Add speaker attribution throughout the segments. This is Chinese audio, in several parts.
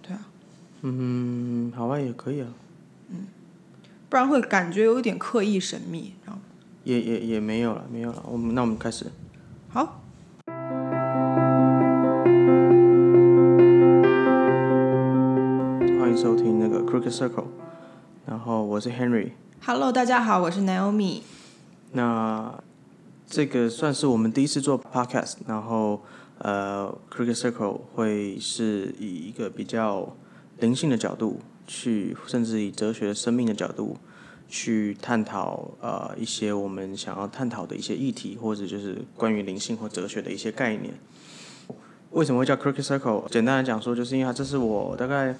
Speaker 1: 对啊，
Speaker 2: 嗯，好吧，也可以啊，
Speaker 1: 不然会感觉有一点刻意神秘，然后
Speaker 2: 也也也没有了，没有了。我们那我们开始。
Speaker 1: 好，
Speaker 2: 欢迎收听那个 Crooked Circle，然后我是 Henry。
Speaker 1: Hello，大家好，我是 Naomi。
Speaker 2: 那这个算是我们第一次做 podcast，然后呃，Crooked Circle 会是以一个比较灵性的角度去，甚至以哲学生命的角度去探讨呃一些我们想要探讨的一些议题，或者就是关于灵性或哲学的一些概念。为什么会叫 Crooked Circle？简单来讲说，就是因为它这是我大概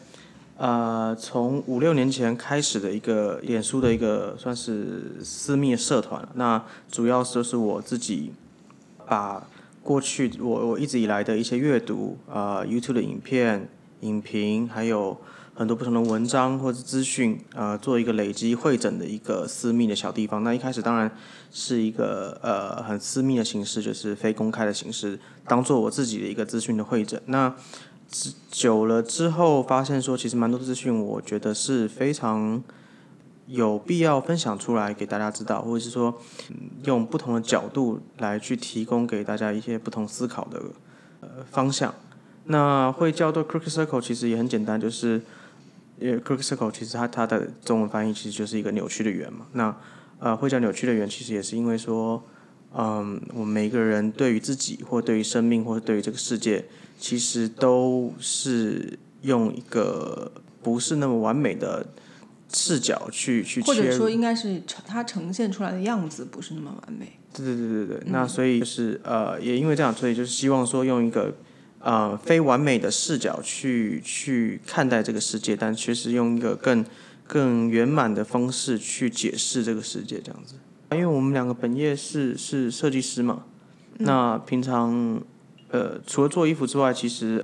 Speaker 2: 呃，从五六年前开始的一个脸书的一个算是私密的社团，那主要就是我自己把过去我我一直以来的一些阅读，呃，YouTube 的影片、影评，还有很多不同的文章或者资讯，呃，做一个累积会诊的一个私密的小地方。那一开始当然是一个呃很私密的形式，就是非公开的形式，当做我自己的一个资讯的会诊。那久了之后，发现说其实蛮多资讯，我觉得是非常有必要分享出来给大家知道，或者是说、嗯用不同的角度来去提供给大家一些不同思考的呃方向。那会叫做 Crooked Circle，其实也很简单，就是因为 Crooked Circle 其实它它的中文翻译其实就是一个扭曲的圆嘛。那呃，会叫扭曲的圆，其实也是因为说，嗯，我们每个人对于自己或对于生命或对于这个世界其实都是用一个不是那么完美的视角去去
Speaker 1: 或
Speaker 2: 切
Speaker 1: 者
Speaker 2: 入
Speaker 1: 说，应该是呈它呈现出来的样子不是那么完美。
Speaker 2: 对对对对对，那所以就是呃，也因为这样，所以就是希望说用一个呃非完美的视角去去看待这个世界，但确实用一个更更圆满的方式去解释这个世界，这样子。因为我们两个本业是是设计师嘛，那平常呃除了做衣服之外，其实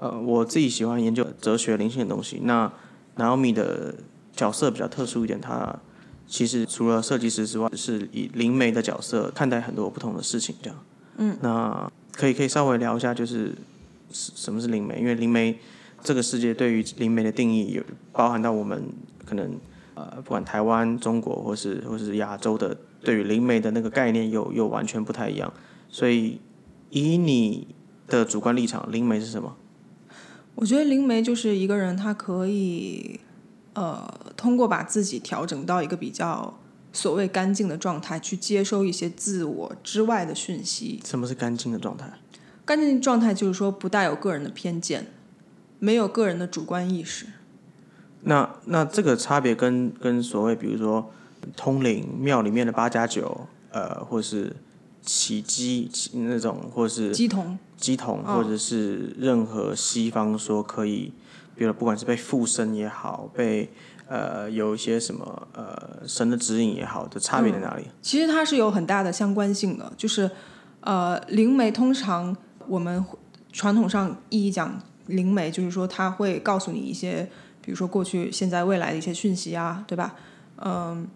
Speaker 2: 呃我自己喜欢研究哲学灵性的东西。那 Naomi 的角色比较特殊一点，她其实除了设计师之外，是以灵媒的角色看待很多不同的事情，这样。嗯，那可以可以稍微聊一下，就是是什么是灵媒？因为灵媒这个世界对于灵媒的定义，有包含到我们可能呃，不管台湾、中国或是或是亚洲的对于灵媒的那个概念又又完全不太一样。所以以你的主观立场，灵媒是什么？
Speaker 1: 我觉得灵媒就是一个人，他可以呃通过把自己调整到一个比较所谓干净的状态，去接收一些自我之外的讯息。
Speaker 2: 什么是干净的状态？
Speaker 1: 干净状态就是说不带有个人的偏见，没有个人的主观意识。
Speaker 2: 那那这个差别跟跟所谓比如说通灵庙里面的八加九，呃，或是起鸡起那种，或是
Speaker 1: 鸡同
Speaker 2: 鸡童，或者是任何西方说可以，比如不管是被附身也好，被呃有一些什么呃神的指引也好的差别在哪里？
Speaker 1: 其实它是有很大的相关性的，就是呃，灵媒通常我们传统上意义讲灵媒，就是说它会告诉你一些，比如说过去、现在、未来的一些讯息啊，对吧？嗯，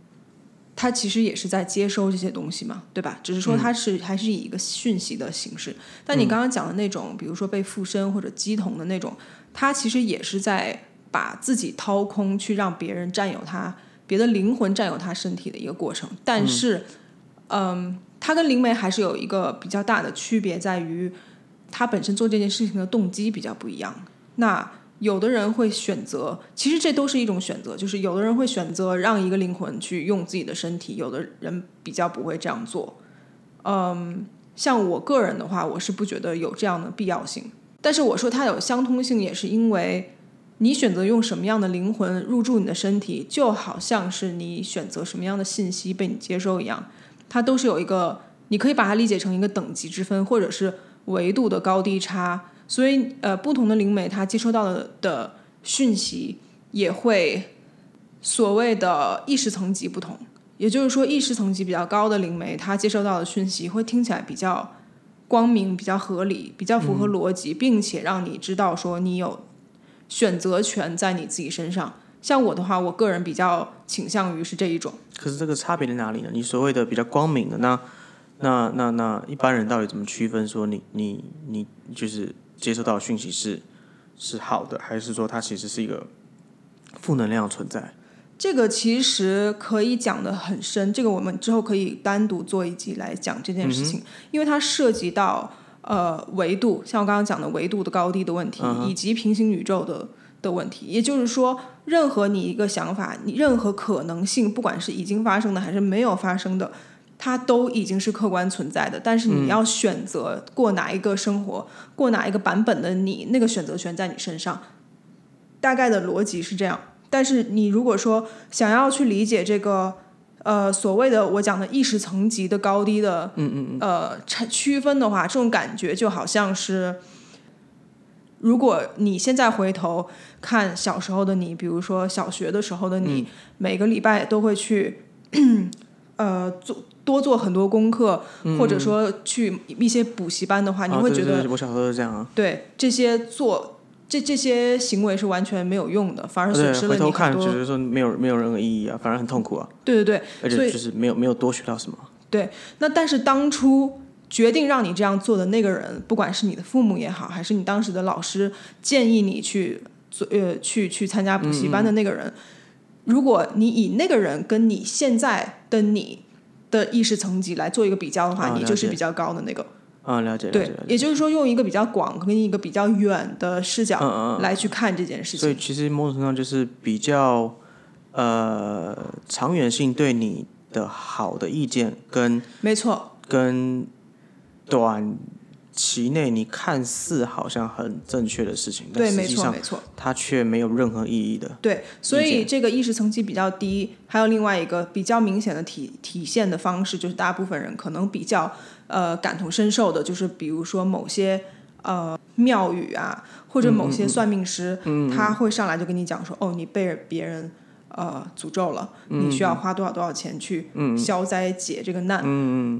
Speaker 1: 它其实也是在接收这些东西嘛，对吧？只是说它是、还是以一个讯息的形式。但你刚刚讲的那种，比如说被附身或者鸡同的那种，它其实也是在把自己掏空，去让别人占有它。别的灵魂占有他身体的一个过程。但是，嗯，它跟灵媒还是有一个比较大的区别，在于他本身做这件事情的动机比较不一样。那有的人会选择，其实这都是一种选择，就是有的人会选择让一个灵魂去用自己的身体，有的人比较不会这样做。嗯，像我个人的话，我是不觉得有这样的必要性。但是我说它有相通性，也是因为你选择用什么样的灵魂入住你的身体，就好像是你选择什么样的信息被你接收一样，它都是有一个，你可以把它理解成一个等级之分，或者是维度的高低差。所以，呃，不同的灵媒它接收到的的讯息也会所谓的意识层级不同，也就是说，意识层级比较高的灵媒，它接收到的讯息会听起来比较光明、比较合理、比较符合逻辑，并且让你知道说你有选择权在你自己身上。像我的话，我个人比较倾向于是这一种。
Speaker 2: 可是这个差别在哪里呢？你所谓的比较光明的，那那那那一般人到底怎么区分说你你你就是接收到的讯息是是好的，还是说它其实是一个负能量存在？
Speaker 1: 这个其实可以讲的很深，这个我们之后可以单独做一集来讲这件事情，因为它涉及到呃维度，像我刚刚讲的维度的高低的问题，以及平行宇宙的的问题。也就是说，任何你一个想法，你任何可能性，不管是已经发生的还是没有发生的，它都已经是客观存在的。但是你要选择过哪一个生活，过哪一个版本的你，那个选择权在你身上。大概的逻辑是这样。但是你如果说想要去理解这个，呃，所谓的我讲的意识层级的高低的，嗯嗯嗯，呃，差区分的话，这种感觉就好像是，如果你现在回头看小时候的你，比如说小学的时候的
Speaker 2: 嗯
Speaker 1: 你，每个礼拜都会去， 呃，做多做很多功课，或者说去一些补习班的话，你
Speaker 2: 嗯啊
Speaker 1: 会
Speaker 2: 对
Speaker 1: 觉
Speaker 2: 对
Speaker 1: 得
Speaker 2: 对我小时候是这样啊，
Speaker 1: 对这些做这这些行为是完全没有用的，反而损失
Speaker 2: 啊对，
Speaker 1: 了
Speaker 2: 回
Speaker 1: 你很
Speaker 2: 头
Speaker 1: 多。
Speaker 2: 看觉得说没有没有任何意义啊，反而很痛苦啊，
Speaker 1: 对对对，
Speaker 2: 而
Speaker 1: 所
Speaker 2: 且
Speaker 1: 以
Speaker 2: 就是没有没有多学到什么。
Speaker 1: 那但是当初决定让你这样做的那个人，不管是你的父母也好，还是你当时的老师建议你去做呃去去参加补习班的
Speaker 2: 嗯
Speaker 1: 那个人，如果你以那个人跟你现在的你的意识层级来做一个比较的话，
Speaker 2: 啊
Speaker 1: 你
Speaker 2: 了
Speaker 1: 就是
Speaker 2: 解
Speaker 1: 比较高的那个。
Speaker 2: 啊，了解了
Speaker 1: 对
Speaker 2: 解了，解。
Speaker 1: 也就是说用一个比较广跟一个比较远的
Speaker 2: 嗯
Speaker 1: 视角
Speaker 2: 嗯嗯。
Speaker 1: 来去看这件事
Speaker 2: 所
Speaker 1: 情。
Speaker 2: 以其实某种程度上就是比较呃长远性对你的好的意见跟
Speaker 1: 没错，
Speaker 2: 跟短期内你看似好像很正确的事情，但
Speaker 1: 对，
Speaker 2: 实
Speaker 1: 没
Speaker 2: 际
Speaker 1: 错，
Speaker 2: 上
Speaker 1: 没错。
Speaker 2: 它却没有任何意义的。
Speaker 1: 对，所
Speaker 2: 理
Speaker 1: 以
Speaker 2: 解
Speaker 1: 这个意识层级比较低，还有另外一个比较明显的体体现的方式，就是大部分人可能比较呃感同身受的，就是比如说某些呃庙宇啊，或者某些算命师，他会上来就跟你讲说，哦，你被别人呃诅咒了，你需要花多少多少钱去消灾解这个难。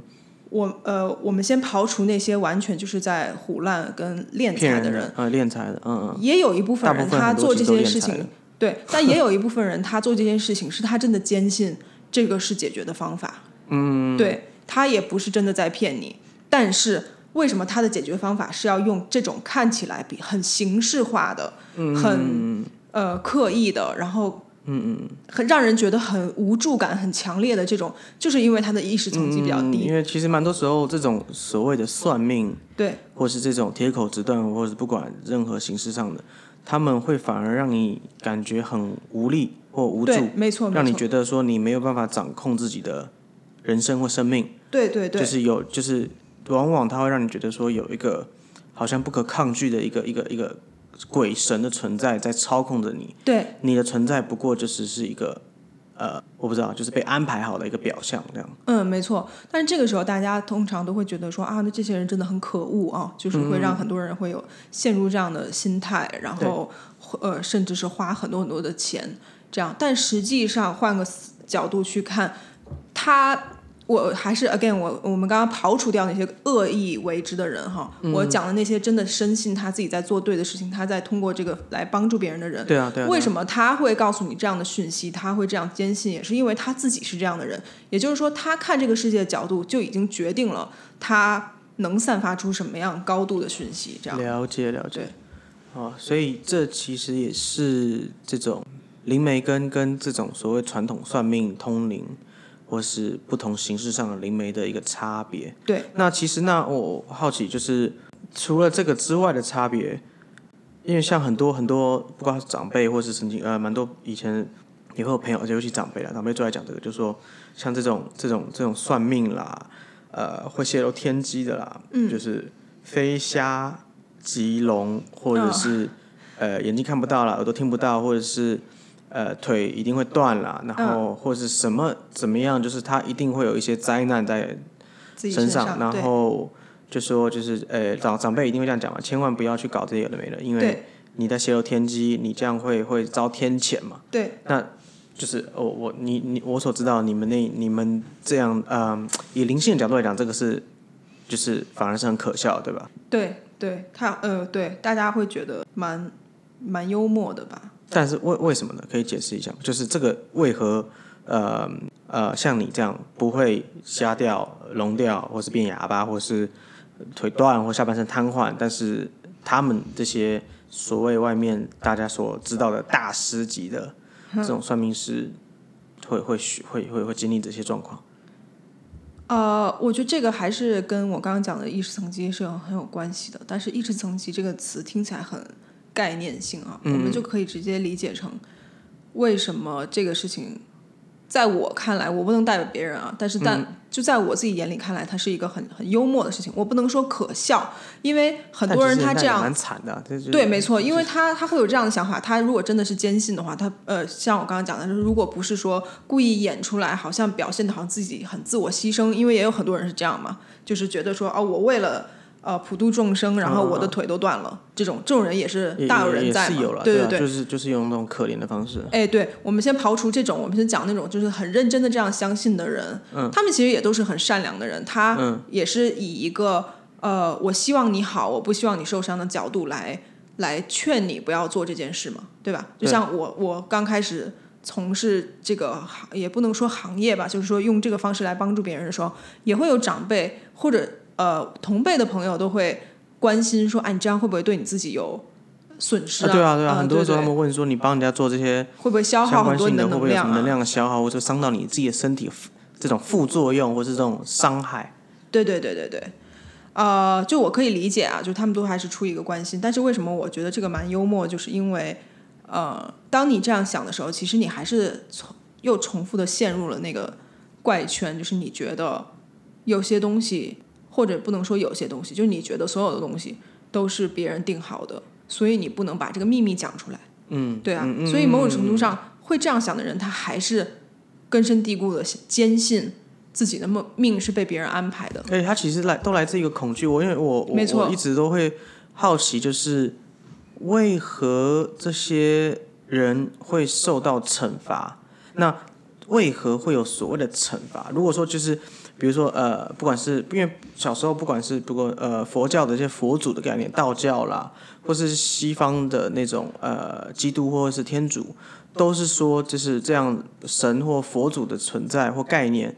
Speaker 1: 我呃，我们先刨除那些完全就是在胡乱跟敛
Speaker 2: 骗
Speaker 1: 财
Speaker 2: 人
Speaker 1: 人，
Speaker 2: 啊，敛财的，嗯嗯，
Speaker 1: 也有一部分
Speaker 2: 大部
Speaker 1: 人
Speaker 2: 分
Speaker 1: 他
Speaker 2: 很多
Speaker 1: 做
Speaker 2: 其
Speaker 1: 这
Speaker 2: 实都
Speaker 1: 些
Speaker 2: 敛
Speaker 1: 事
Speaker 2: 财
Speaker 1: 情
Speaker 2: 的，
Speaker 1: 对，但也有一部分人他做这件事情是他真的坚信这个是解决的方 法，嗯，对他也不是真的在骗你，但是为什么他的解决方法是要用这种看起来比很形式化的、
Speaker 2: 嗯
Speaker 1: 很呃刻意的，然后嗯嗯，很让人觉得很无助感很强烈的这种，就是因为他的意识层级比较
Speaker 2: 嗯
Speaker 1: 低，
Speaker 2: 因为其实蛮多时候这种所谓的算命，
Speaker 1: 对，
Speaker 2: 或是这种铁口直断，或是不管任何形式上的，他们会反而让你感觉很无力或无助，
Speaker 1: 对，没错，
Speaker 2: 让
Speaker 1: 没
Speaker 2: 你
Speaker 1: 错，
Speaker 2: 觉得说你没有办法掌控自己的人生或生命，
Speaker 1: 对对对，
Speaker 2: 就是有就是往往它会让你觉得说有一个好像不可抗拒的一个一个一个鬼神的存在在操控着你，
Speaker 1: 对
Speaker 2: 你的存在不过就是是一个呃我不知道就是被安排好的一个表象这样。
Speaker 1: 嗯，没错。但是这个时候，大家通常都会觉得说啊，那这些人真的很可恶啊，就是会让很多人会有陷入这样的心态，然后呃，甚至是花很多很多的钱这样。但实际上，换个思角度去看，他我还是 again，我我们刚刚刨除掉那些恶意为之的人哈，
Speaker 2: 嗯
Speaker 1: 我讲的那些真的深信他自己在做对的事情，他在通过这个来帮助别人的人，
Speaker 2: 对啊，对啊。
Speaker 1: 为
Speaker 2: 么？
Speaker 1: 什么他会告诉你这样的讯息？他会这样坚信，也是因为他自己是这样的人。也就是说，他看这个世界的角度就已经决定了他能散发出什么样高度的讯息。这样，
Speaker 2: 了解了解
Speaker 1: 对。
Speaker 2: 哦，所以这其实也是这种灵媒跟跟这种所谓传统算命、通灵，或是不同形式上的灵媒的一个差别。
Speaker 1: 对，
Speaker 2: 那其实那我我好奇就是，除了这个之外的差别，因为像很多很多，不管是长辈或是曾经呃，蛮多以前也会有朋友，而且尤其长辈啦，长辈最爱讲这个，就说像这种这种这种算命啦，呃，会泄露天机的啦，嗯、就是飞虾、吉龙，或者是、呃眼睛看不到啦，耳朵听不到，或者是。呃，腿一定会断啦，然后或是什么怎么样，就是他一定会有一些灾难在
Speaker 1: 自己
Speaker 2: 身
Speaker 1: 上，
Speaker 2: 然
Speaker 1: 对
Speaker 2: 后就说就是呃长长辈一定会这样讲嘛，千万不要去搞这些有的没的，因为
Speaker 1: 对
Speaker 2: 你在泄露天机，你这样会会遭天谴嘛。
Speaker 1: 对
Speaker 2: 就是我我你你我所知道你们那你们这样嗯、以灵性的角度来讲，这个是就是反而是很可笑的，对吧？
Speaker 1: 对对，他呃，对，大家会觉得蛮蛮幽默的吧？
Speaker 2: 但是为为什么呢？可以解释一下吗，就是这个为何呃呃像你这样不会瞎掉、聋掉，或是变哑巴，或是腿断或下半身瘫痪，但是他们这些所谓外面大家所知道的大师级的这种算命师会会学会会会经历这些状况。
Speaker 1: 呃，我觉得这个还是跟我刚刚讲的意识层级是有很有关系的。但是意识层级这个词听起来很概念性啊，我们就可以直接理解成为什么这个事情，在我看来，我不能代表别人啊，但是但、就在我自己眼里看来，它是一个很很幽默的事情。我不能说可笑，因为很多人
Speaker 2: 但其实
Speaker 1: 他
Speaker 2: 那
Speaker 1: 这
Speaker 2: 也
Speaker 1: 样
Speaker 2: 蛮惨的啊，这就是
Speaker 1: 对，没错，因为他他会有这样的想法，他如果真的是坚信的话，他呃，像我刚刚讲的，就是如果不是说故意演出来，好像表现的好像自己很自我牺牲，因为也有很多人是这样嘛，就是觉得说哦，我为了呃普度众生，然后我的腿都断了，这种这种人也是
Speaker 2: 嗯也
Speaker 1: 大有
Speaker 2: 也
Speaker 1: 人
Speaker 2: 也
Speaker 1: 在
Speaker 2: 是
Speaker 1: 嘛，
Speaker 2: 有了，
Speaker 1: 对
Speaker 2: 啊
Speaker 1: 对，
Speaker 2: 就是就是用那种可怜的方式，
Speaker 1: 哎，对，我们先刨除这种，我们先讲那种就是很认真的这样相信的人，
Speaker 2: 嗯
Speaker 1: 他们其实也都是很善良的人，他也是以一个呃，我希望你好，我不希望你受伤的角度来来劝你不要做这件事嘛，对吧？就
Speaker 2: 对
Speaker 1: 像我我刚开始从事这个行，也不能说行业吧，就是说用这个方式来帮助别人的时候，也会有长辈或者呃同辈的朋友都会关心说，哎，你这样会不会对你自己有损失
Speaker 2: 啊对啊对啊，
Speaker 1: 嗯
Speaker 2: 很多时候
Speaker 1: 对
Speaker 2: 他们问说你帮人家做这些
Speaker 1: 会不会消耗
Speaker 2: 相
Speaker 1: 哦
Speaker 2: 关
Speaker 1: 很多
Speaker 2: 性
Speaker 1: 你
Speaker 2: 的，会不
Speaker 1: 能
Speaker 2: 会有什
Speaker 1: 量
Speaker 2: 么
Speaker 1: 啊？
Speaker 2: 能量的消耗，或者伤到你自己的身体这种副作用，或是这种伤害？
Speaker 1: 对对对对对，呃，就我可以理解啊，就是他们都还是出于一个关心，但是为什么我觉得这个蛮幽默，就是因为呃，当你这样想的时候，其实你还是重又重复的陷入了那个怪圈，就是你觉得有些东西，或者不能说有些东西，就是你觉得所有的东西都是别人定好的，所以你不能把这个秘密讲出来。
Speaker 2: 嗯，
Speaker 1: 对啊
Speaker 2: 嗯，
Speaker 1: 所以某种程度上会这样想的人，他还是根深蒂固的坚信自己的命命是被别人安排的。
Speaker 2: 而且它其实来都来自一个恐惧。我因为我我
Speaker 1: 没错
Speaker 2: 我一直都会好奇，就是为何这些人会受到惩罚？那为何会有所谓的惩罚？如果说就是比如说呃，不管是因为小时候不管是不过呃佛教的一些佛祖的概念，道教啦，或是西方的那种呃基督或者是天主，都是说就是这样神或佛祖的存在或概念。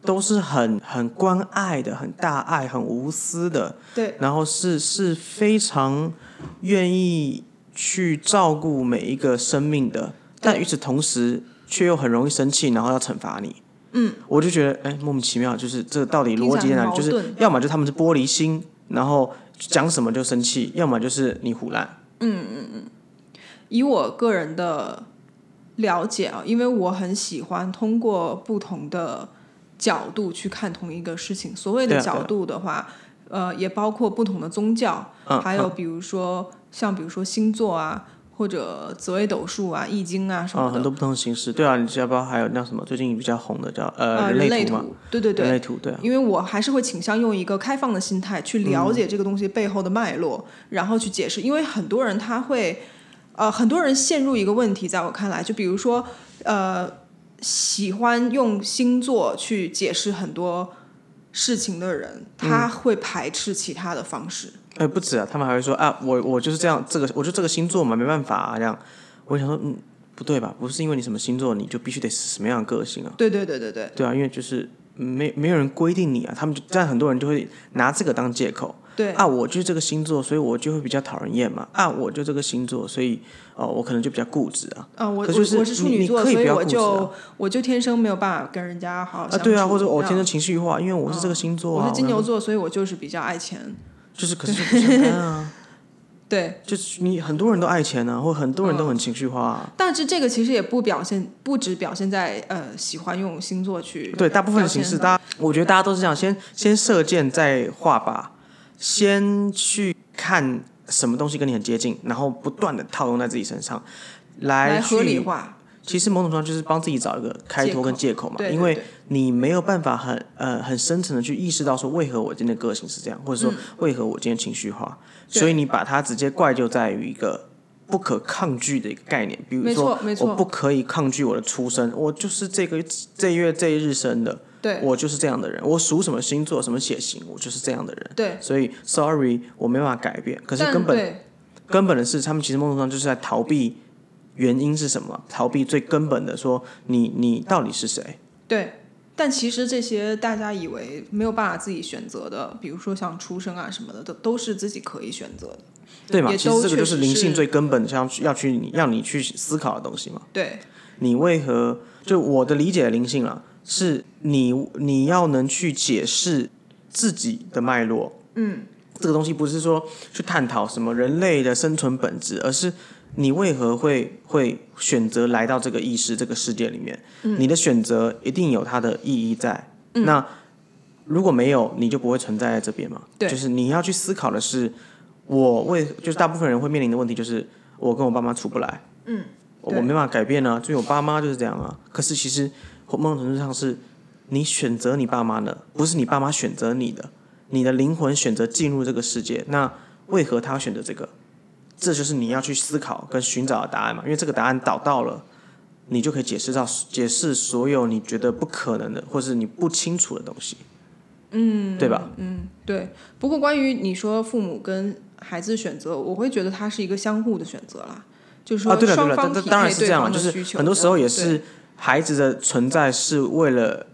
Speaker 2: 都是很很关爱的，很大爱，很无私的，
Speaker 1: 对，
Speaker 2: 然后是是非常愿意去照顾每一个生命的，但与此同时却又很容易生气，然后要惩罚你。嗯，我就觉得哎，莫名其妙，就是这个到底逻辑在哪里？
Speaker 1: 听
Speaker 2: 就
Speaker 1: 起来很矛盾
Speaker 2: 是要么就他们是玻璃心，然后讲什么就生气；要么就是你胡乱。
Speaker 1: 以我个人的了解啊，因为我很喜欢通过不同的角度去看同一个事情。所谓
Speaker 2: 对
Speaker 1: 的
Speaker 2: 啊对啊
Speaker 1: 角度的话，呃，也包括不同的宗教，
Speaker 2: 嗯
Speaker 1: 还有比如说像比如说星座啊，或者紫微斗数啊、易经啊什
Speaker 2: 啊、
Speaker 1: 么的。
Speaker 2: 很多不同的形式。对啊，你知道不？还有那什么最近比较红的叫
Speaker 1: 呃，
Speaker 2: 呃
Speaker 1: 人
Speaker 2: 类
Speaker 1: 图
Speaker 2: 嘛，，
Speaker 1: 对对对，
Speaker 2: 人类图对啊。
Speaker 1: 因为我还是会倾向用一个开放的心态去了
Speaker 2: 嗯
Speaker 1: 解这个东西背后的脉络，然后去解释。因为很多人他会，呃，很多人陷入一个问题，在我看来，就比如说，呃，喜欢用星座去解释很多事情的人，
Speaker 2: 嗯
Speaker 1: 他会排斥其他的方式。
Speaker 2: 哎，不止啊，他们还会说啊，我我就是这样，这个我就这个星座嘛，没办法啊，这样。我想说，嗯，不对吧？不是因为你什么星座，你就必须得是什么样的个性啊？
Speaker 1: 对对对对对
Speaker 2: 对啊，因为就是嗯没没有人规定你啊，他们就但很多人就会拿这个当借口
Speaker 1: 对，
Speaker 2: 啊，我就是这个星座，所以我就会比较讨人厌嘛啊，我就这个星座，所以哦，我可能就比较固执啊。
Speaker 1: 啊、我
Speaker 2: 可就是
Speaker 1: 我我是处
Speaker 2: 你
Speaker 1: 女
Speaker 2: 你
Speaker 1: 座，
Speaker 2: 可以
Speaker 1: 所
Speaker 2: 不
Speaker 1: 以
Speaker 2: 要
Speaker 1: 我
Speaker 2: 固执啊
Speaker 1: 就我就天生没有办法跟人家好好
Speaker 2: 啊，
Speaker 1: 相
Speaker 2: 对啊，
Speaker 1: 处
Speaker 2: 或者我天
Speaker 1: 这
Speaker 2: 生
Speaker 1: 样嗯
Speaker 2: 情绪化，因为我是这个星座啊，
Speaker 1: 我是金
Speaker 2: 然
Speaker 1: 牛
Speaker 2: 后
Speaker 1: 座，所以我就是比较爱钱。
Speaker 2: 就是可是就不想干 啊，
Speaker 1: 对，
Speaker 2: 就是你很多人都爱钱啊，或很多人都很情绪化啊、
Speaker 1: 但是这个其实也不表现，不只表现在呃喜欢用星座去
Speaker 2: 对，大部分的形式，
Speaker 1: 表现
Speaker 2: 大家我觉得大家都是这样，先先射箭，再画靶，先去看什么东西跟你很接近，然后不断的套用在自己身上，来
Speaker 1: 来合理
Speaker 2: 去。
Speaker 1: 化，
Speaker 2: 其实某种程度上就是帮自己找一个开脱跟借口嘛，
Speaker 1: 对，对
Speaker 2: 因为
Speaker 1: 对
Speaker 2: 你没有办法很呃很深层的去意识到说为何我今天的个性是这样，或者说为何我今天情绪化，
Speaker 1: 嗯对
Speaker 2: 所以你把它直接怪就在于一个不可抗拒的一个概念，比如
Speaker 1: 没
Speaker 2: 说
Speaker 1: 错没
Speaker 2: 我
Speaker 1: 错，
Speaker 2: 不可以抗拒我的出生，我就是这个这一月这一日生的，
Speaker 1: 对
Speaker 2: 我就是这样的人，我属什么星座、什么血型，我就是这样的人。
Speaker 1: 对，
Speaker 2: 所以，sorry，我没办法改变。可是
Speaker 1: 但
Speaker 2: 根本
Speaker 1: 对
Speaker 2: 根本的是，他们其实某种程度上就是在逃避原因是什么，逃避最根本的说你你到底是谁？
Speaker 1: 对但其实这些大家以为没有办法自己选择的，比如说像出生啊什么的，都都是自己可以选择的。
Speaker 2: 对嘛？
Speaker 1: 也
Speaker 2: 其
Speaker 1: 都
Speaker 2: 实这个就
Speaker 1: 确
Speaker 2: 是
Speaker 1: 实
Speaker 2: 灵性
Speaker 1: 是
Speaker 2: 最根本要去要去你让你去思考的东西嘛。
Speaker 1: 对，
Speaker 2: 你为何就我的理解的灵性啦，是你你要能去解释自己的脉络。
Speaker 1: 嗯，
Speaker 2: 这个东西不是说去探讨什么人类的生存本质，而是你为何会会选择来到这个意识这个世界里面。
Speaker 1: 嗯
Speaker 2: 你的选择一定有它的意义在。那如果没有，你就不会存在在这边嘛。
Speaker 1: 对
Speaker 2: 就是你要去思考的是，我为就是大部分人会面临的问题就是，我跟我爸妈处不来。
Speaker 1: 嗯，
Speaker 2: 我
Speaker 1: 对
Speaker 2: 没办法改变啊，就我爸妈就是这样啊。可是其实某种程度上是你选择你爸妈的，不是你爸妈选择你的。你的灵魂选择进入这个世界，那为何他要选择这个？这就是你要去思考跟寻找的答案嘛。因为这个答案找到了，你就可以解释到解释所有你觉得不可能的，或是你不清楚的东西。嗯，对吧？
Speaker 1: 对。不过关于你说父母跟孩子选择，我会觉得它是一个相互的选择啦，就是
Speaker 2: 啊，
Speaker 1: 说
Speaker 2: 对了对
Speaker 1: 双
Speaker 2: 了，
Speaker 1: 方
Speaker 2: 当
Speaker 1: 匹配
Speaker 2: 当然是这样
Speaker 1: 方
Speaker 2: 了，
Speaker 1: 的
Speaker 2: 就是
Speaker 1: 需求
Speaker 2: 很多时候也
Speaker 1: 对
Speaker 2: 是孩子的存在是为了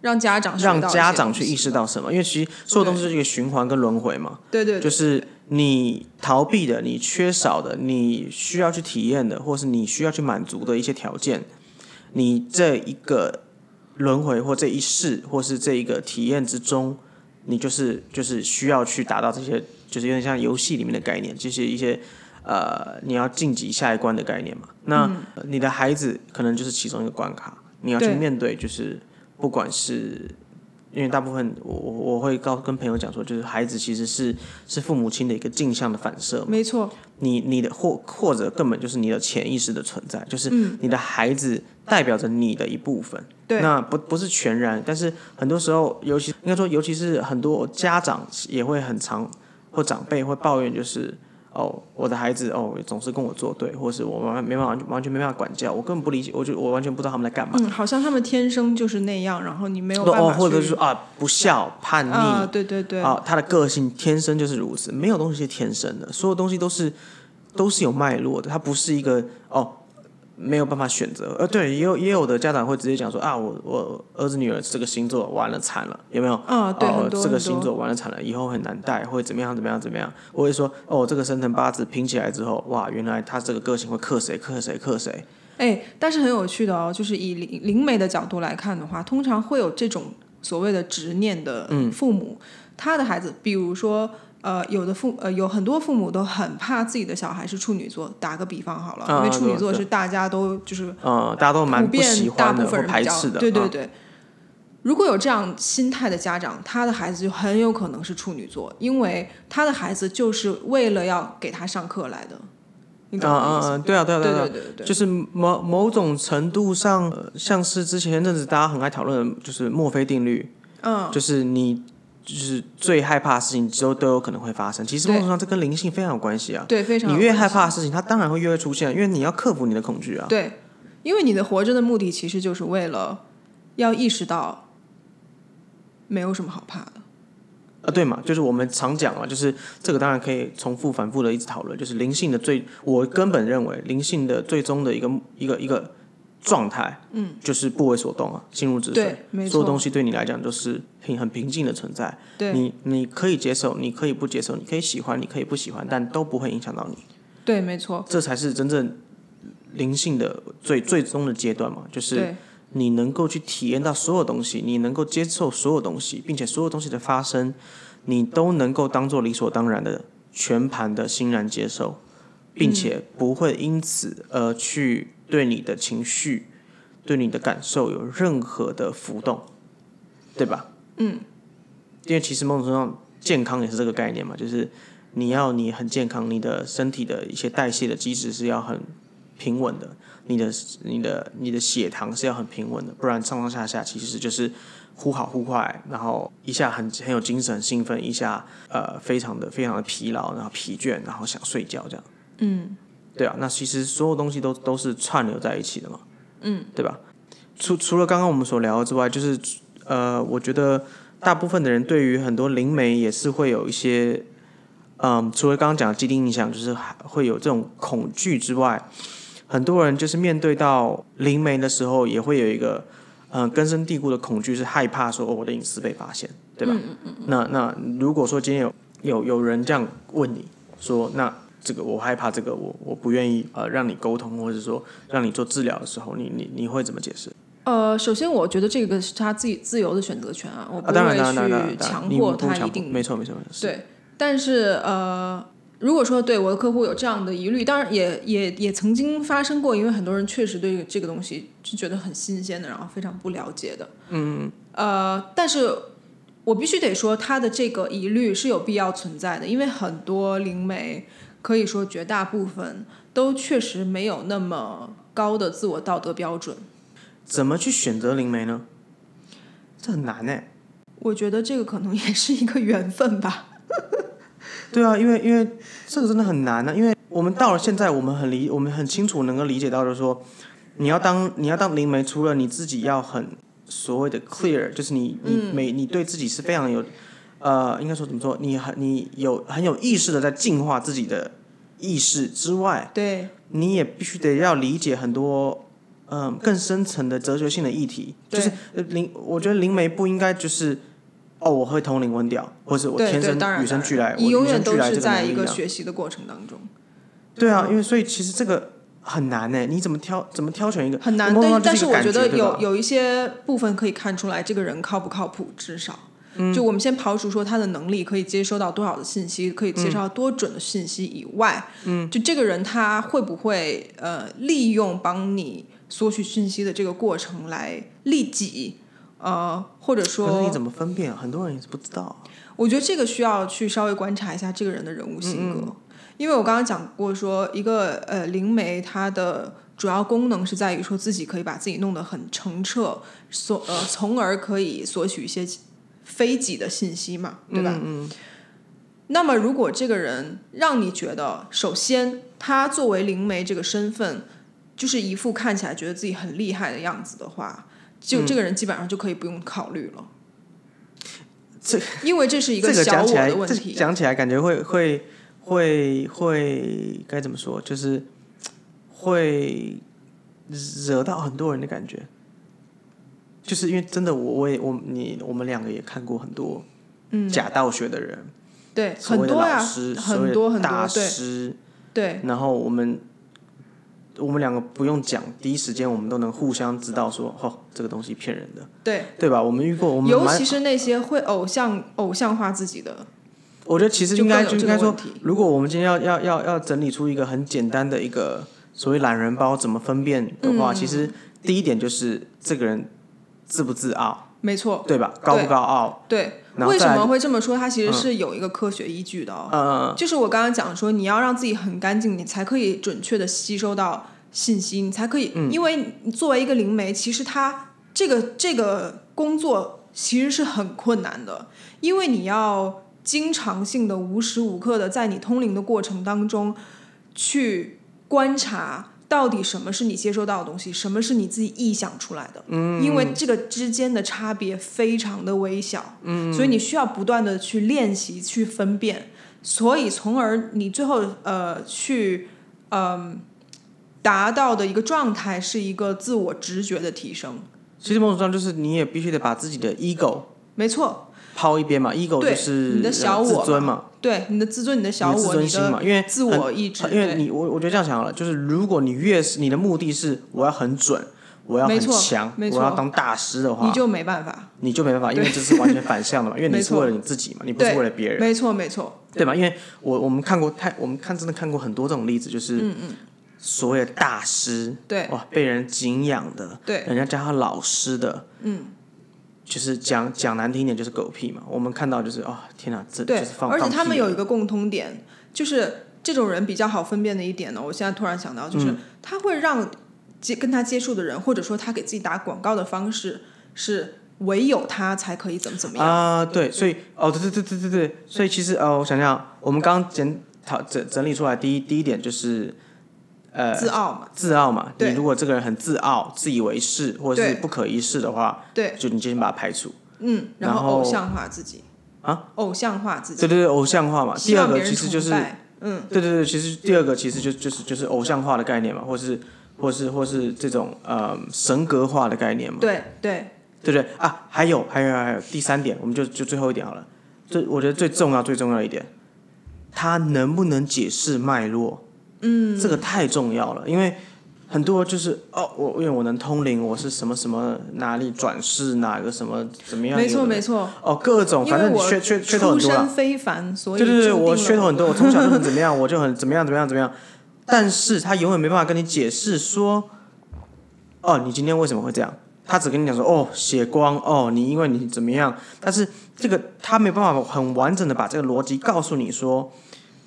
Speaker 1: 让家长学
Speaker 2: 让
Speaker 1: 啊到一
Speaker 2: 家
Speaker 1: 些
Speaker 2: 长
Speaker 1: 东
Speaker 2: 去
Speaker 1: 西
Speaker 2: 意识到什么，因为其实所有东西就是一个循环跟轮回嘛。
Speaker 1: 对对
Speaker 2: 就
Speaker 1: 对
Speaker 2: 是你逃避的、你缺少的、你需要去体验的，或是你需要去满足的一些条件，你这一个轮回或这一世，或是这一个体验之中，你就是就是需要去达到这些，就是有点像游戏里面的概念，就是一些呃你要晋级下一关的概念嘛。那、呃你的孩子可能就是其中一个关卡，你要去
Speaker 1: 嗯对
Speaker 2: 面对，就是不管是。因为大部分我我我会告跟朋友讲说，就是孩子其实是是父母亲的一个镜像的反射嘛。
Speaker 1: 没错，
Speaker 2: 你你的或或者根本就是你的潜意识的存在，就是
Speaker 1: 嗯
Speaker 2: 你的孩子代表着你的一部分。
Speaker 1: 对
Speaker 2: 那不不是全然，但是很多时候，尤其应该说，尤其是很多家长也会很常或长辈会抱怨，就是哦，我的孩子哦总是跟我作对，或是我完没办法完全没办法管教，我根本不理解，我就我完全不知道他们在干嘛。
Speaker 1: 嗯，好像他们天生就是那样，然后你没有办
Speaker 2: 哦，
Speaker 1: 法去，
Speaker 2: 或者是说啊不孝叛逆，
Speaker 1: 啊，对对对，
Speaker 2: 啊，他的个性天生就是如此，没有东西是天生的，所有东西都是都是有脉络的，它不是一个哦没有办法选择。呃，对，也有也有的家长会直接讲说啊，我我儿子女儿这个星座完了惨了，有没有？
Speaker 1: 啊，对，
Speaker 2: 哦
Speaker 1: 很，多
Speaker 2: 这个
Speaker 1: 很
Speaker 2: 星
Speaker 1: 多
Speaker 2: 座完了惨了，以后很难带，会怎么样怎么样怎么样？我会说哦，这个生辰八字拼起来之后，哇，原来他这个个性会克谁克谁克谁。
Speaker 1: 哎，但是很有趣的哦，就是以灵灵媒的角度来看的话，通常会有这种所谓的执念的
Speaker 2: 嗯
Speaker 1: 父母，他的孩子，比如说。呃，有的父呃有很多父母都很怕自己的小孩是处女座，打个比方好了，
Speaker 2: 啊
Speaker 1: 因为处
Speaker 2: 对
Speaker 1: 女座
Speaker 2: 对
Speaker 1: 是大家都就是
Speaker 2: 嗯，大家都蛮
Speaker 1: 普
Speaker 2: 不喜
Speaker 1: 遍大
Speaker 2: 欢的
Speaker 1: 部
Speaker 2: 或
Speaker 1: 分人
Speaker 2: 排
Speaker 1: 比较
Speaker 2: 斥的。
Speaker 1: 对对
Speaker 2: 嗯
Speaker 1: 对。如果有这样心态的家长，他的孩子就很有可能是处女座，因为他的孩子就是为了要给他上课来的，你懂
Speaker 2: 啊
Speaker 1: 我
Speaker 2: 啊
Speaker 1: 的意思吗？
Speaker 2: 啊！对啊对啊对啊！对啊
Speaker 1: 对对对对，
Speaker 2: 就是某某种程度上，呃像是之前阵子大家很爱讨论，就是墨菲定律，
Speaker 1: 嗯，
Speaker 2: 就是你就是最害怕的事情之后都有可能会发生。其实
Speaker 1: 对
Speaker 2: 某种程度上，这跟灵性非常有关系啊。
Speaker 1: 对，非常
Speaker 2: 你
Speaker 1: 有
Speaker 2: 越
Speaker 1: 关
Speaker 2: 害
Speaker 1: 系
Speaker 2: 怕的事情，它当然会越会出现，因为你要克服你的恐惧啊。
Speaker 1: 对，因为你的活着的目的其实就是为了要意识到没有什么好怕的。
Speaker 2: 啊，对嘛，就是我们常讲嘛，就是这个当然可以重复反复的一直讨论，就是灵性的最，我根本认为灵性的最终的一个一个一个状态，嗯，就是不为所动啊，心如止水
Speaker 1: 对，没
Speaker 2: 所有
Speaker 1: 错
Speaker 2: 东西对你来讲就是平很平静的存在，
Speaker 1: 对
Speaker 2: 你你可以接受，你可以不接受，你可以喜欢，你可以不喜欢，但都不会影响到你，
Speaker 1: 对，没错，
Speaker 2: 这才是真正灵性的最最终的阶段嘛，就是
Speaker 1: 对
Speaker 2: 你能够去体验到所有东西，你能够接受所有东西，并且所有东西的发生，你都能够当做理所当然的全盘的欣然接受，并且不会因此而去对你的情绪、对你的感受有任何的浮动，对吧？
Speaker 1: 嗯，
Speaker 2: 因为其实某种程度上，健康也是这个概念嘛，就是你要你很健康，你的身体的一些代谢的机制是要很平稳的，你的你的你的血糖是要很平稳的，不然上上下下其实就是忽好忽坏，然后一下很很有精神、很兴奋，一下呃非常的非常的疲劳，然后疲倦，然后想睡觉这样。
Speaker 1: 嗯，
Speaker 2: 对啊，那其实所有东西都都是串流在一起的嘛，嗯，对吧？除除了刚刚我们所聊的之外，就是呃，我觉得大部分的人对于很多灵媒也是会有一些，嗯，除了刚刚讲的既定印象，就是还会有这种恐惧之外，很多人就是面对到灵媒的时候，也会有一个呃根深蒂固的恐惧是害怕说、哦、我的隐私被发现，对吧？
Speaker 1: 嗯
Speaker 2: 那那如果说今天有有有人这样问你说，那这个我害怕这个我我不愿意呃让你沟通，或者说让你做治疗的时候，你你你会怎么解释？
Speaker 1: 呃，首先我觉得这个是他自己自由的选择权啊，我不
Speaker 2: 啊，当然当然当然当
Speaker 1: 会
Speaker 2: 然
Speaker 1: 去
Speaker 2: 当
Speaker 1: 强
Speaker 2: 然，你
Speaker 1: 迫
Speaker 2: 不
Speaker 1: 他
Speaker 2: 强
Speaker 1: 一定
Speaker 2: 没错没错，没错是
Speaker 1: 对，但是呃，如果说对我的客户有这样的疑虑，当然也也也曾经发生过，因为很多人确实对这个东西是觉得很新鲜的，然后非常不了解的。嗯，呃，但是我必须得说，他的这个疑虑是有必要存在的，因为很多灵媒可以说绝大部分都确实没有那么高的自我道德标准。
Speaker 2: 怎么去选择灵媒呢？这很难哎、
Speaker 1: 我觉得这个可能也是一个缘分吧。
Speaker 2: 对啊，因为因为这个真的很难啊呢、因为我们到了现在，我们很理，我们很清楚能够理解到，就是说，你要当你要当灵媒，除了你自己要很所谓的 clear，就是你你每你对自己是非常有，呃，应该说怎么说，你很你有很有意识的在净化自己的意识之外，
Speaker 1: 对，
Speaker 2: 你也必须得要理解很多。嗯，更深层的哲学性的议题，
Speaker 1: 对
Speaker 2: 就是呃灵，我觉得灵媒不应该就是，哦，我会通灵问掉，或是我
Speaker 1: 对
Speaker 2: 天
Speaker 1: 对
Speaker 2: 生
Speaker 1: 当然
Speaker 2: 与生
Speaker 1: 当
Speaker 2: 俱
Speaker 1: 然
Speaker 2: 来，我
Speaker 1: 你永
Speaker 2: 与
Speaker 1: 远
Speaker 2: 生
Speaker 1: 都
Speaker 2: 俱来
Speaker 1: 是
Speaker 2: 这
Speaker 1: 在
Speaker 2: 能
Speaker 1: 一
Speaker 2: 力
Speaker 1: 个
Speaker 2: 啊
Speaker 1: 学习嗯的过程当中，
Speaker 2: 对啊，因为所以其实这个很难呢，你怎么挑怎么挑选一个
Speaker 1: 很难。
Speaker 2: 某种
Speaker 1: 但
Speaker 2: 程
Speaker 1: 但
Speaker 2: 度
Speaker 1: 是
Speaker 2: 上
Speaker 1: 我
Speaker 2: 就
Speaker 1: 觉
Speaker 2: 一个
Speaker 1: 得
Speaker 2: 感对吧
Speaker 1: 有有一些部分可以看出来这个人靠不靠谱，至少。
Speaker 2: 嗯
Speaker 1: 就我们先刨除说他的能力可以接收到多少的信息，可以
Speaker 2: 嗯
Speaker 1: 接收到多准的信息以外，嗯，就这个人他会不会呃利用帮你索取信息的这个过程来利己，呃，或者说
Speaker 2: 可是你怎么分辨？很多人也是不知道啊。
Speaker 1: 我觉得这个需要去稍微观察一下这个人的人物性
Speaker 2: 嗯
Speaker 1: 格，因为我刚刚讲过说，一个呃灵媒它的主要功能是在于说自己可以把自己弄得很澄澈，所呃从而可以索取一些非己的信息嘛，对吧？嗯那么，如果这个人让你觉得，首先他作为灵媒这个身份，就是一副看起来觉得自己很厉害的样子的话，就
Speaker 2: 嗯
Speaker 1: 这个人基本上就可以不用考虑了。
Speaker 2: 这
Speaker 1: 因为这是一
Speaker 2: 这个
Speaker 1: 小
Speaker 2: 讲
Speaker 1: 我
Speaker 2: 起来，
Speaker 1: 的问
Speaker 2: 这
Speaker 1: 题，啊
Speaker 2: 讲起来感觉会会会会该怎么说？就是会惹到很多人的感觉。就是因为真的我，我也我你我们两个也看过很多
Speaker 1: 嗯，
Speaker 2: 假道学的人，
Speaker 1: 对，
Speaker 2: 所
Speaker 1: 很
Speaker 2: 谓的
Speaker 1: 多呀、
Speaker 2: 老师，所谓
Speaker 1: 很
Speaker 2: 的
Speaker 1: 多很
Speaker 2: 大
Speaker 1: 多，对
Speaker 2: 师，
Speaker 1: 对
Speaker 2: 然后我们我们两个不用讲，第一时间我们都能互相知道说，哦，这个东西骗人的，
Speaker 1: 对，
Speaker 2: 对吧？我们遇过，我们
Speaker 1: 尤
Speaker 2: 蛮
Speaker 1: 其是那些会偶像偶像化自己的，
Speaker 2: 我觉得其实应该
Speaker 1: 就
Speaker 2: 就应
Speaker 1: 更有
Speaker 2: 该
Speaker 1: 这个
Speaker 2: 说
Speaker 1: 问题，
Speaker 2: 如果我们今天要要要要整理出一个很简单的一个所谓懒人包怎么分辨的
Speaker 1: 嗯
Speaker 2: 话，其实第一点就是这个人自不自傲，
Speaker 1: 没错，
Speaker 2: 对吧？高不高傲？
Speaker 1: 对。
Speaker 2: 然后
Speaker 1: 为
Speaker 2: 再
Speaker 1: 什
Speaker 2: 来嗯
Speaker 1: 么会这么说？它其实是有一个科学依据的哦，
Speaker 2: 呃，
Speaker 1: 就是我刚刚讲说，你要让自己很干净，你才可以准确的吸收到信息，你才可以，因为你作为一个灵媒，其实它这个这个工作其实是很困难的，因为你要经常性的无时无刻的在你通灵的过程当中去观察。到底什么是你接收到的东西，什么是你自己臆想出来的？嗯，因为这个之间的差别非常的微小，嗯，所以你需要不断的去练习去分辨。所以从而你最后呃去嗯、达到的一个状态是一个自我直觉的提升，
Speaker 2: 其实某种上就是你也必须得把自己的 ego
Speaker 1: 没错，
Speaker 2: 抛一边嘛，ego
Speaker 1: 对
Speaker 2: 就是
Speaker 1: 你的
Speaker 2: 呃
Speaker 1: 小
Speaker 2: 自
Speaker 1: 我
Speaker 2: 尊
Speaker 1: 嘛
Speaker 2: 嘛，
Speaker 1: 对你的自尊、你的小
Speaker 2: 你的自
Speaker 1: 我、
Speaker 2: 尊
Speaker 1: 你
Speaker 2: 心嘛，因为
Speaker 1: 自
Speaker 2: 很
Speaker 1: 我意志，
Speaker 2: 因为
Speaker 1: 对
Speaker 2: 你我我觉得这样想好了，就是如果你越是你的目的是我要很准，我要
Speaker 1: 没
Speaker 2: 很
Speaker 1: 错
Speaker 2: 强，
Speaker 1: 没
Speaker 2: 我要
Speaker 1: 错
Speaker 2: 当大师的话，
Speaker 1: 你就没办法，
Speaker 2: 你就没办法，因为这是完全反向的嘛，因为你
Speaker 1: 没
Speaker 2: 是
Speaker 1: 错
Speaker 2: 为了你自己嘛，你不是
Speaker 1: 对
Speaker 2: 为了别人，
Speaker 1: 没错没错，
Speaker 2: 对吧？因为我我们看过太，我们看真的看过很多这种例子，就是所谓的大师，
Speaker 1: 嗯对
Speaker 2: 哇，被人敬仰的，
Speaker 1: 对
Speaker 2: 人家叫他老师的，嗯，就是讲讲难听一点就是狗屁嘛。我们看到就是哦，天哪，这就
Speaker 1: 对
Speaker 2: 是，放，
Speaker 1: 而且
Speaker 2: 放
Speaker 1: 他
Speaker 2: 屁
Speaker 1: 们
Speaker 2: 了
Speaker 1: 有一个共通点，就是这种人比较好分辨的一点呢，我现在突然想到，就是、他会让接跟他接触的人，或者说他给自己打广告的方式是唯有他才可以怎么怎么样，
Speaker 2: 啊、对，所
Speaker 1: 嗯
Speaker 2: 以哦，对对对对对对，所以其实呃，我想想，我们刚刚检讨整整理出来，第一第一点就是呃
Speaker 1: 自傲嘛，
Speaker 2: 自傲嘛，你
Speaker 1: 对
Speaker 2: 如果这个人很自傲、自以为是或者是
Speaker 1: 对
Speaker 2: 不可一世的话，
Speaker 1: 对，
Speaker 2: 就你就先把它排除。
Speaker 1: 嗯，然
Speaker 2: 然
Speaker 1: 后
Speaker 2: 后
Speaker 1: 偶像化自己
Speaker 2: 啊，
Speaker 1: 偶像化自己。
Speaker 2: 对对对，偶像化嘛。
Speaker 1: 希
Speaker 2: 第二
Speaker 1: 望
Speaker 2: 个
Speaker 1: 别人
Speaker 2: 其实
Speaker 1: 崇
Speaker 2: 就是，
Speaker 1: 拜嗯，
Speaker 2: 对对对，其实第二个其实就就是就是偶像化的概念嘛，或是或是或是这种呃神格化的概念嘛，
Speaker 1: 对对，
Speaker 2: 对不对啊？还有还有还有第三点，我们就就最后一点好了，最我觉得最重要最重要一点，它能不能解释脉络？嗯，这个太重要了，因为很多就是哦，我因为我能通灵，我是什么什么哪里转世，哪个什么怎么样？
Speaker 1: 没错
Speaker 2: 有的
Speaker 1: 没错，
Speaker 2: 哦，各种
Speaker 1: 因
Speaker 2: 反
Speaker 1: 为
Speaker 2: 正
Speaker 1: 我
Speaker 2: 缺缺缺头很
Speaker 1: 出
Speaker 2: 多啊
Speaker 1: 身
Speaker 2: 啦。
Speaker 1: 非凡，所以
Speaker 2: 对对对，我
Speaker 1: 定
Speaker 2: 缺
Speaker 1: 了
Speaker 2: 头很多，我从小就很怎么 样，我就很怎么样怎么样怎么样，但是他永远没办法跟你解释说，哦，你今天为什么会这样？他只跟你讲说，哦，血光，哦，你因为你怎么样，但是这个他没办法很完整的把这个逻辑告诉你说，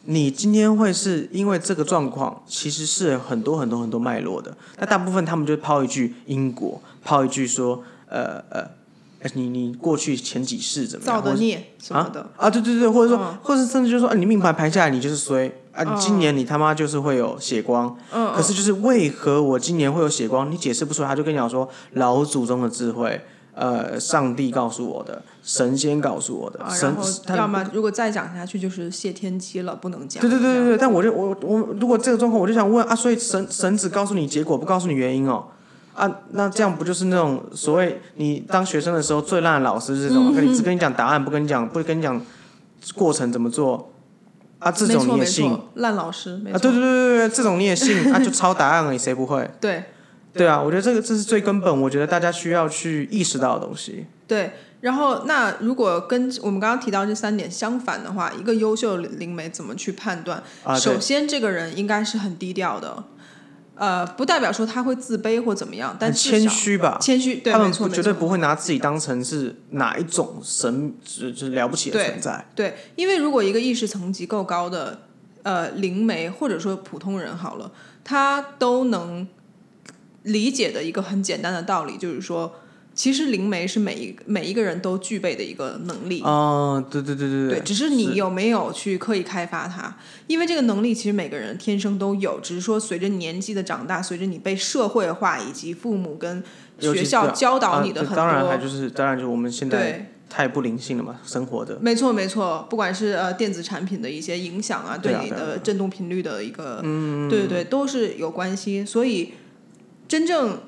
Speaker 2: 你今天会是因为这个状况，其实是有很多很多很多脉络的。那大部分他们就抛一句因果，抛一句说，呃呃，哎你你过去前几世怎么样，
Speaker 1: 造的孽什么的，
Speaker 2: 啊，对对对，或者说，
Speaker 1: 嗯
Speaker 2: 或者甚至就是说，啊、你命盘排下来，你就是衰啊，你今年你他妈就是会有血光。
Speaker 1: 嗯，
Speaker 2: 可是就是为何我今年会有血光，你解释不出来，他就跟你讲说老祖宗的智慧，呃，上帝告诉我的，神仙告诉我的，
Speaker 1: 啊，
Speaker 2: 神
Speaker 1: 然后
Speaker 2: 他
Speaker 1: 要么如果再讲下去就是谢天机了，不能讲。
Speaker 2: 对对对
Speaker 1: 这
Speaker 2: 对
Speaker 1: 样
Speaker 2: 对，但我就我我如果这个状况，我就想问啊，所以神神只告诉你结果，不告诉你原因哦。啊，那这样不就是那种所谓你当学生的时候最烂的老师是什
Speaker 1: 嗯
Speaker 2: 么？跟你只跟你讲答案，不跟你讲，不跟你讲过程怎么做啊？这
Speaker 1: 没
Speaker 2: 种
Speaker 1: 错
Speaker 2: 你
Speaker 1: 没
Speaker 2: 也信啊？
Speaker 1: 错，烂老师，没
Speaker 2: 对对
Speaker 1: 错，
Speaker 2: 对对对，这种你也信啊？就抄答案而已，谁不会？
Speaker 1: 对
Speaker 2: 对啊，我觉得这个这是最根本，我觉得大家需要去意识到的东西。
Speaker 1: 对。然后，那如果跟我们刚刚提到这三点相反的话，一个优秀的灵媒怎么去判断？
Speaker 2: 啊，对
Speaker 1: 首先，这个人应该是很低调的，呃，不代表说他会自卑或怎么样，但
Speaker 2: 很
Speaker 1: 至
Speaker 2: 谦
Speaker 1: 少
Speaker 2: 虚吧，
Speaker 1: 谦虚，对，
Speaker 2: 他
Speaker 1: 没
Speaker 2: 们
Speaker 1: 错，
Speaker 2: 不
Speaker 1: 没
Speaker 2: 绝
Speaker 1: 错
Speaker 2: 对不会拿自己当成是哪一种神，就是就是了不起的
Speaker 1: 对
Speaker 2: 存在。
Speaker 1: 对，因为如果一个意识层级够高的呃灵媒或者说普通人好了，他都能理解的一个很简单的道理，就是说，其实灵媒是每一每一个人都具备的一个能力。
Speaker 2: 哦，对对对对
Speaker 1: 对，只是你有没有去刻意开发它？因为这个能力其实每个人天生都有，只是说随着年纪的长大，随着你被社会化以及父母跟
Speaker 2: 尤其
Speaker 1: 学
Speaker 2: 是
Speaker 1: 校
Speaker 2: 啊
Speaker 1: 教导
Speaker 2: 啊
Speaker 1: 你的
Speaker 2: 对
Speaker 1: 很多，
Speaker 2: 当然还就是当然就是我们现在
Speaker 1: 对，
Speaker 2: 太不灵性了嘛，生活的
Speaker 1: 没错，没错，不管是呃电子产品的一些影响啊，
Speaker 2: 对啊
Speaker 1: 你
Speaker 2: 对啊嗯对
Speaker 1: 的振动频率的一个，对对对，都是有关系。所以，真正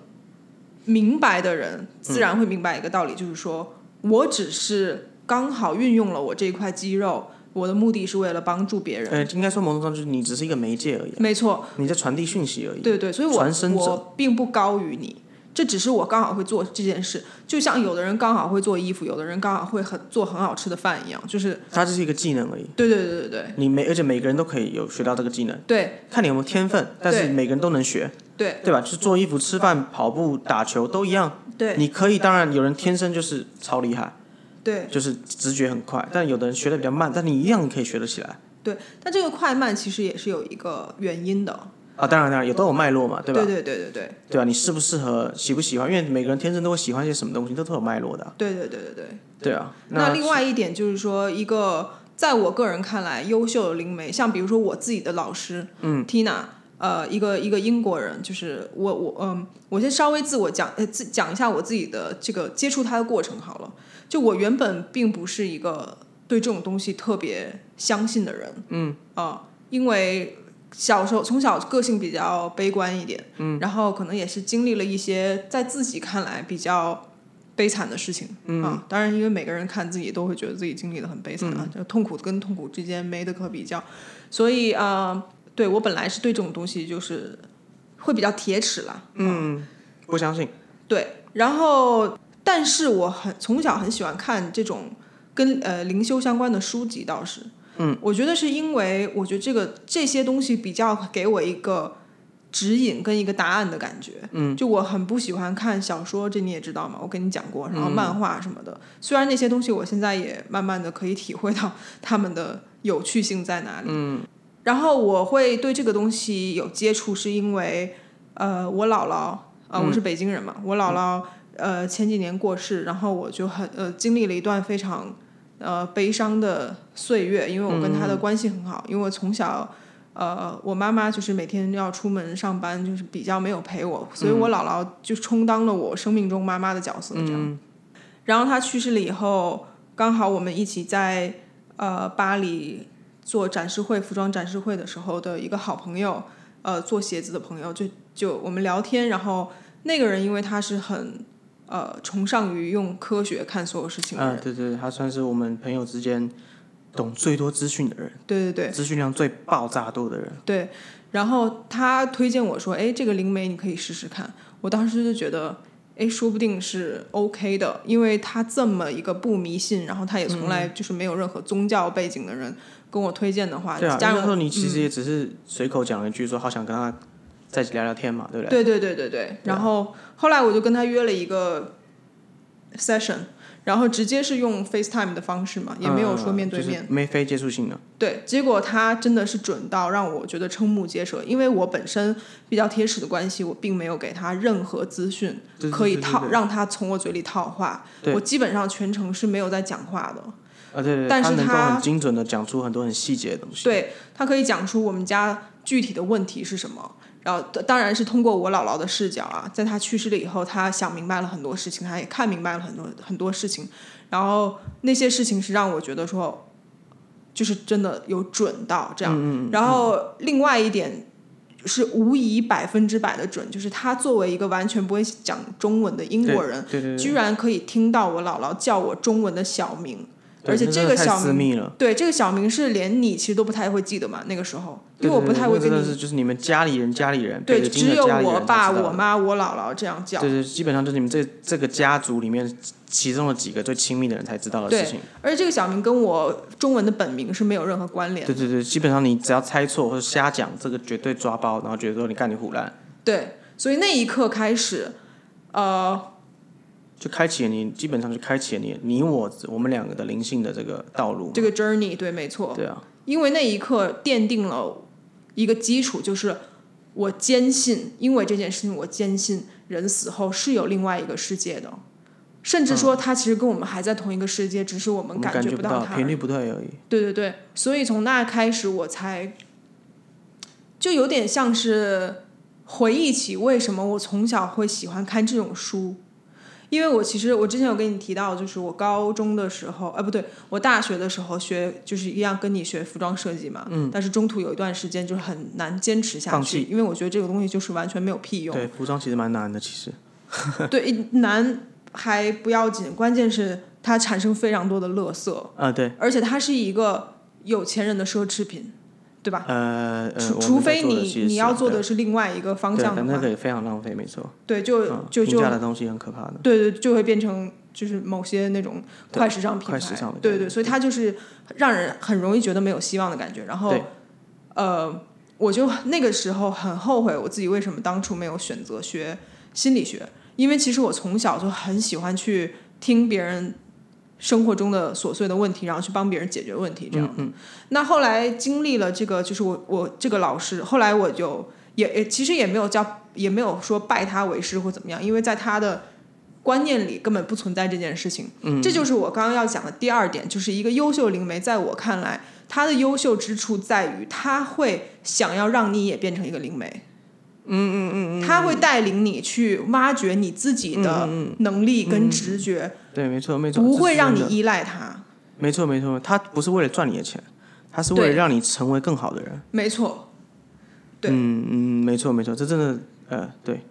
Speaker 1: 明白的人
Speaker 2: 嗯
Speaker 1: 自然会明白一个道理，就是说我只是刚好运用了我这块肌肉，我的目的是为了帮助别人。
Speaker 2: 呃，应该说某种上就是你只是一个媒介而已，
Speaker 1: 没错，
Speaker 2: 你在传递讯息而已。
Speaker 1: 对对，所以我
Speaker 2: 传声者
Speaker 1: 我并不高于你。这只是我刚好会做这件事，就像有的人刚好会做衣服，有的人刚好会很做很好吃的饭一样，就是
Speaker 2: 它就是一个技能而已。
Speaker 1: 对对对对对
Speaker 2: 你每而且每个人都可以有学到这个技能，
Speaker 1: 对，
Speaker 2: 看你有没有天分，但是
Speaker 1: 对
Speaker 2: 每个人都能学，
Speaker 1: 对
Speaker 2: 对吧？就是做衣服、吃饭、跑步、打球都一样。
Speaker 1: 对
Speaker 2: 你可以，当然有人天生就是超厉害，
Speaker 1: 对
Speaker 2: 就是直觉很快，但有的人学的比较慢，但你一样可以学得起来
Speaker 1: 对，但这个快慢其实也是有一个原因的，
Speaker 2: 啊。当然，当然也都有脉络嘛，对吧？
Speaker 1: 对对对对对
Speaker 2: 对啊，你适不适合，喜不喜欢？因为每个人天生都会喜欢些什么东西，都都有脉络的啊、
Speaker 1: 对对对对对。
Speaker 2: 对啊，
Speaker 1: 那另外一点就是说，一个在我个人看来优秀的灵媒，像比如说我自己的老师，嗯，Tina，呃，一个一个英国人，就是我我嗯，我先稍微自我讲呃自讲一下我自己的这个接触他的过程好了。就我原本并不是一个对这种东西特别相信的人，嗯啊、因为。小时候从小个性比较悲观一点，嗯，然后可能也是经历了一些在自己看来比较悲惨的事情，嗯、啊，当然，因为每个人看自己都会觉得自己经历的很悲惨啊，就痛苦跟痛苦之间没得可比较，所以啊、呃对我本来是对这种东西就是会比较铁齿啦，
Speaker 2: 嗯，不相信
Speaker 1: 对，然后但是我很从小很喜欢看这种跟呃灵修相关的书籍，倒是，嗯，我觉得是因为我觉得这个这些东西比较给我一个指引跟一个答案的感觉，嗯，就我很不喜欢看小说，这你也知道嘛，我跟你讲过，然后漫画什么的，虽然那些东西我现在也慢慢的可以体会到他们的有趣性在哪里，嗯。然后我会对这个东西有接触，是因为，呃，我姥姥啊、我是北京人嘛，我姥姥呃前几年过世，然后我就很呃经历了一段非常呃悲伤的岁月，因为我跟她的关系很好，因为我从小呃我妈妈就是每天要出门上班，就是比较没有陪我，所以我姥姥就充当了我生命中妈妈的角色这样。然后她去世了以后，刚好我们一起在呃巴黎做展示会、服装展示会的时候的一个好朋友。呃做鞋子的朋友，就就我们聊天，然后那个人因为他是很呃崇尚于用科学看所有事情的
Speaker 2: 啊，
Speaker 1: 人，
Speaker 2: 对对，他算是我们朋友之间懂最多资讯的人，
Speaker 1: 对对对
Speaker 2: 资讯量最爆炸多的人。
Speaker 1: 对，然后他推荐我说，哎，这个灵媒你可以试试看，我当时就觉得。哎，说不定是 OK 的，因为他这么一个不迷信，然后他也从来
Speaker 2: 嗯
Speaker 1: 就是没有任何宗教背景的人跟我推荐的话，
Speaker 2: 对啊，
Speaker 1: 加
Speaker 2: 那
Speaker 1: 上嗯
Speaker 2: 时候你其实也只是随口讲了一句说好想跟他再聊聊天嘛，对不对？啊
Speaker 1: 对对对对对。然后后来我就跟他约了一个 session，然后直接是用 FaceTime 的方式嘛，也没有说面对
Speaker 2: 嗯
Speaker 1: 面。
Speaker 2: 就是、没非接触性的。
Speaker 1: 对，结果他真的是准到让我觉得瞠目结舌，因为我本身比较贴实的关系，我并没有给他任何资讯
Speaker 2: 对对
Speaker 1: 可以
Speaker 2: 对对
Speaker 1: 套，
Speaker 2: 对
Speaker 1: 让他从我嘴里套话。
Speaker 2: 对
Speaker 1: 我基本上全程是没有在讲话的。
Speaker 2: 啊，对对，
Speaker 1: 但是
Speaker 2: 他能
Speaker 1: 他
Speaker 2: 够很精准的讲出很多很细节的东西。
Speaker 1: 对他可以讲出我们家具体的问题是什么。然后当当然是通过我姥姥的视角啊，在她去世了以后，她想明白了很多事情，她也看明白了很多很多事情。然后那些事情是让我觉得说，就是真的有准到
Speaker 2: 嗯
Speaker 1: 这样。然后另外一点是无疑百分之百的准，就是他作为一个完全不会讲中文的英国人，
Speaker 2: 对对对
Speaker 1: 居然可以听到我姥姥叫我中文的小名，
Speaker 2: 对，
Speaker 1: 而且
Speaker 2: 那
Speaker 1: 这
Speaker 2: 真的
Speaker 1: 个
Speaker 2: 太
Speaker 1: 小
Speaker 2: 私
Speaker 1: 名
Speaker 2: 密 了。
Speaker 1: 对，这个小名是连你其实都不太会记得嘛，那个时候，因为我
Speaker 2: 对
Speaker 1: 不
Speaker 2: 对
Speaker 1: 太
Speaker 2: 对
Speaker 1: 会
Speaker 2: 那
Speaker 1: 跟
Speaker 2: 真的
Speaker 1: 你
Speaker 2: 是就是你们家里人家里人
Speaker 1: 对，
Speaker 2: 北京
Speaker 1: 只
Speaker 2: 的
Speaker 1: 有
Speaker 2: 家里人
Speaker 1: 我
Speaker 2: 才
Speaker 1: 爸、
Speaker 2: 知道
Speaker 1: 我妈、我姥姥这样叫
Speaker 2: 对。对，基本上就是你们这这个家族里面其中的几个最亲密的人才知道的
Speaker 1: 对
Speaker 2: 事情。
Speaker 1: 而且这个小名跟我中文的本名是没有任何关联的
Speaker 2: 对对对，基本上你只要猜错或者瞎讲，这个绝对抓包，然后觉得说你干你胡乱，
Speaker 1: 对，所以那一刻开始，呃，
Speaker 2: 就开启了你基本上就开启了你你我我们两个的灵性的这个道路嘛。
Speaker 1: 这个 journey 对，没错，
Speaker 2: 对啊，
Speaker 1: 因为那一刻奠定了一个基础，就是我坚信，因为这件事情，我坚信人死后是有另外一个世界的。甚至说，它其实跟我们还在同一个世界，只是我
Speaker 2: 我
Speaker 1: 们
Speaker 2: 们感
Speaker 1: 觉
Speaker 2: 不
Speaker 1: 到它而已。
Speaker 2: 频率不对而已。
Speaker 1: 对对对，所以从那开始我才就有点像是回忆起为什么我从小会喜欢看这种书，因为我其实我之前有跟你提到，就是我高中的时候，呃，不对，我大学的时候学就是一样跟你学服装设计嘛，嗯，但是中途有一段时间就是很难坚持下
Speaker 2: 放
Speaker 1: 去，因为我觉得这个东西就是完全没有屁用，
Speaker 2: 对，服装其实蛮难的，其实。
Speaker 1: 对，难还不要紧，关键是它产生非常多的垃圾，
Speaker 2: 啊，对，
Speaker 1: 而且它是一个有钱人的奢侈品，对吧？
Speaker 2: 呃，呃
Speaker 1: 除
Speaker 2: 我们
Speaker 1: 除非
Speaker 2: 在做的
Speaker 1: 你
Speaker 2: 其实
Speaker 1: 你
Speaker 2: 是啊
Speaker 1: 要做
Speaker 2: 对
Speaker 1: 的是另外一个方向
Speaker 2: 对
Speaker 1: 的
Speaker 2: 那
Speaker 1: 话，
Speaker 2: 个也非常浪费，没错。
Speaker 1: 对，就
Speaker 2: 嗯
Speaker 1: 就
Speaker 2: 平
Speaker 1: 就
Speaker 2: 价的东西很可怕的。
Speaker 1: 对对，就会变成就是某些那种快时尚品牌，
Speaker 2: 快时尚的
Speaker 1: 对
Speaker 2: 感
Speaker 1: 对，
Speaker 2: 觉嗯
Speaker 1: 所以它就是让人很容易觉得没有希望的感觉。然后
Speaker 2: 对，
Speaker 1: 呃，我就那个时候很后悔我自己为什么当初没有选择学心理学，因为其实我从小就很喜欢去听别人生活中的琐碎的问题，然后去帮别人解决问题这样
Speaker 2: 嗯
Speaker 1: 子。那后来经历了这个，就是我我这个老师，后来我就也也其实也没有叫也没有说拜他为师或怎么样，因为在他的。观念里根本不存在这件事情，嗯、这就是我刚刚要讲的第二点，就是一个优秀灵媒，在我看来，他的优秀之处在于，他会想要让你也变成一个灵媒。嗯嗯嗯嗯，他会带领你去挖掘你自己的能力跟直觉，
Speaker 2: 对，没错，没错，
Speaker 1: 不
Speaker 2: 这
Speaker 1: 会
Speaker 2: 是
Speaker 1: 让
Speaker 2: 真
Speaker 1: 你
Speaker 2: 的
Speaker 1: 依赖他。
Speaker 2: 没错，没错，他不是为了赚你的钱，他是为了
Speaker 1: 对
Speaker 2: 让你成为更好的人。
Speaker 1: 没错，对
Speaker 2: 嗯嗯，没错，没错，这真的，呃，对，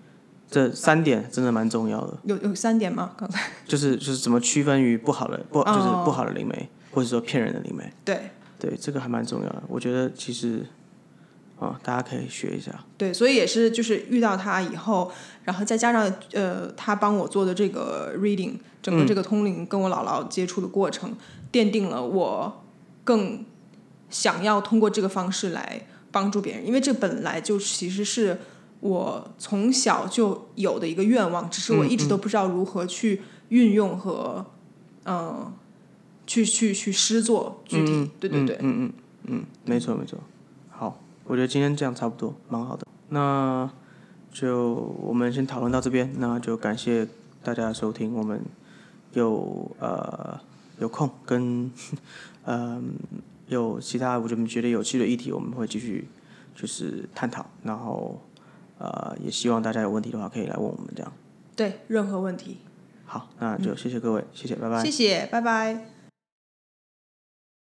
Speaker 2: 这三点真的蛮重要的，
Speaker 1: 有有三点吗？刚才
Speaker 2: 就是就是怎么区分于不好的不就是
Speaker 1: 哦
Speaker 2: 不好的灵媒，或者说骗人的灵媒，
Speaker 1: 对
Speaker 2: 对，这个还蛮重要的。我觉得其实啊、大家可以学一下。
Speaker 1: 对，所以也是就是遇到他以后，然后再加上呃，他帮我做的这个 reading，
Speaker 2: 嗯
Speaker 1: 整个这个通灵跟我姥姥接触的过程，奠定了我更想要通过这个方式来帮助别人，因为这本来就其实是我从小就有的一个愿望，只是
Speaker 2: 嗯
Speaker 1: 我一直都不知道如何去运用和嗯、呃去去去施做具体，
Speaker 2: 嗯，
Speaker 1: 对对对，
Speaker 2: 嗯嗯嗯嗯，没错没错。好，我觉得今天这样差不多，蛮好的。那就我们先讨论到这边，那就感谢大家的收听。我们有呃有空跟 嗯有其他我们觉得有趣的议题，我们会继续就是探讨。然后呃也希望大家有问题的话可以来问我们这样。
Speaker 1: 对任何问题，嗯
Speaker 2: 好，那就谢谢各位，谢谢，拜拜。
Speaker 1: 谢谢，拜拜。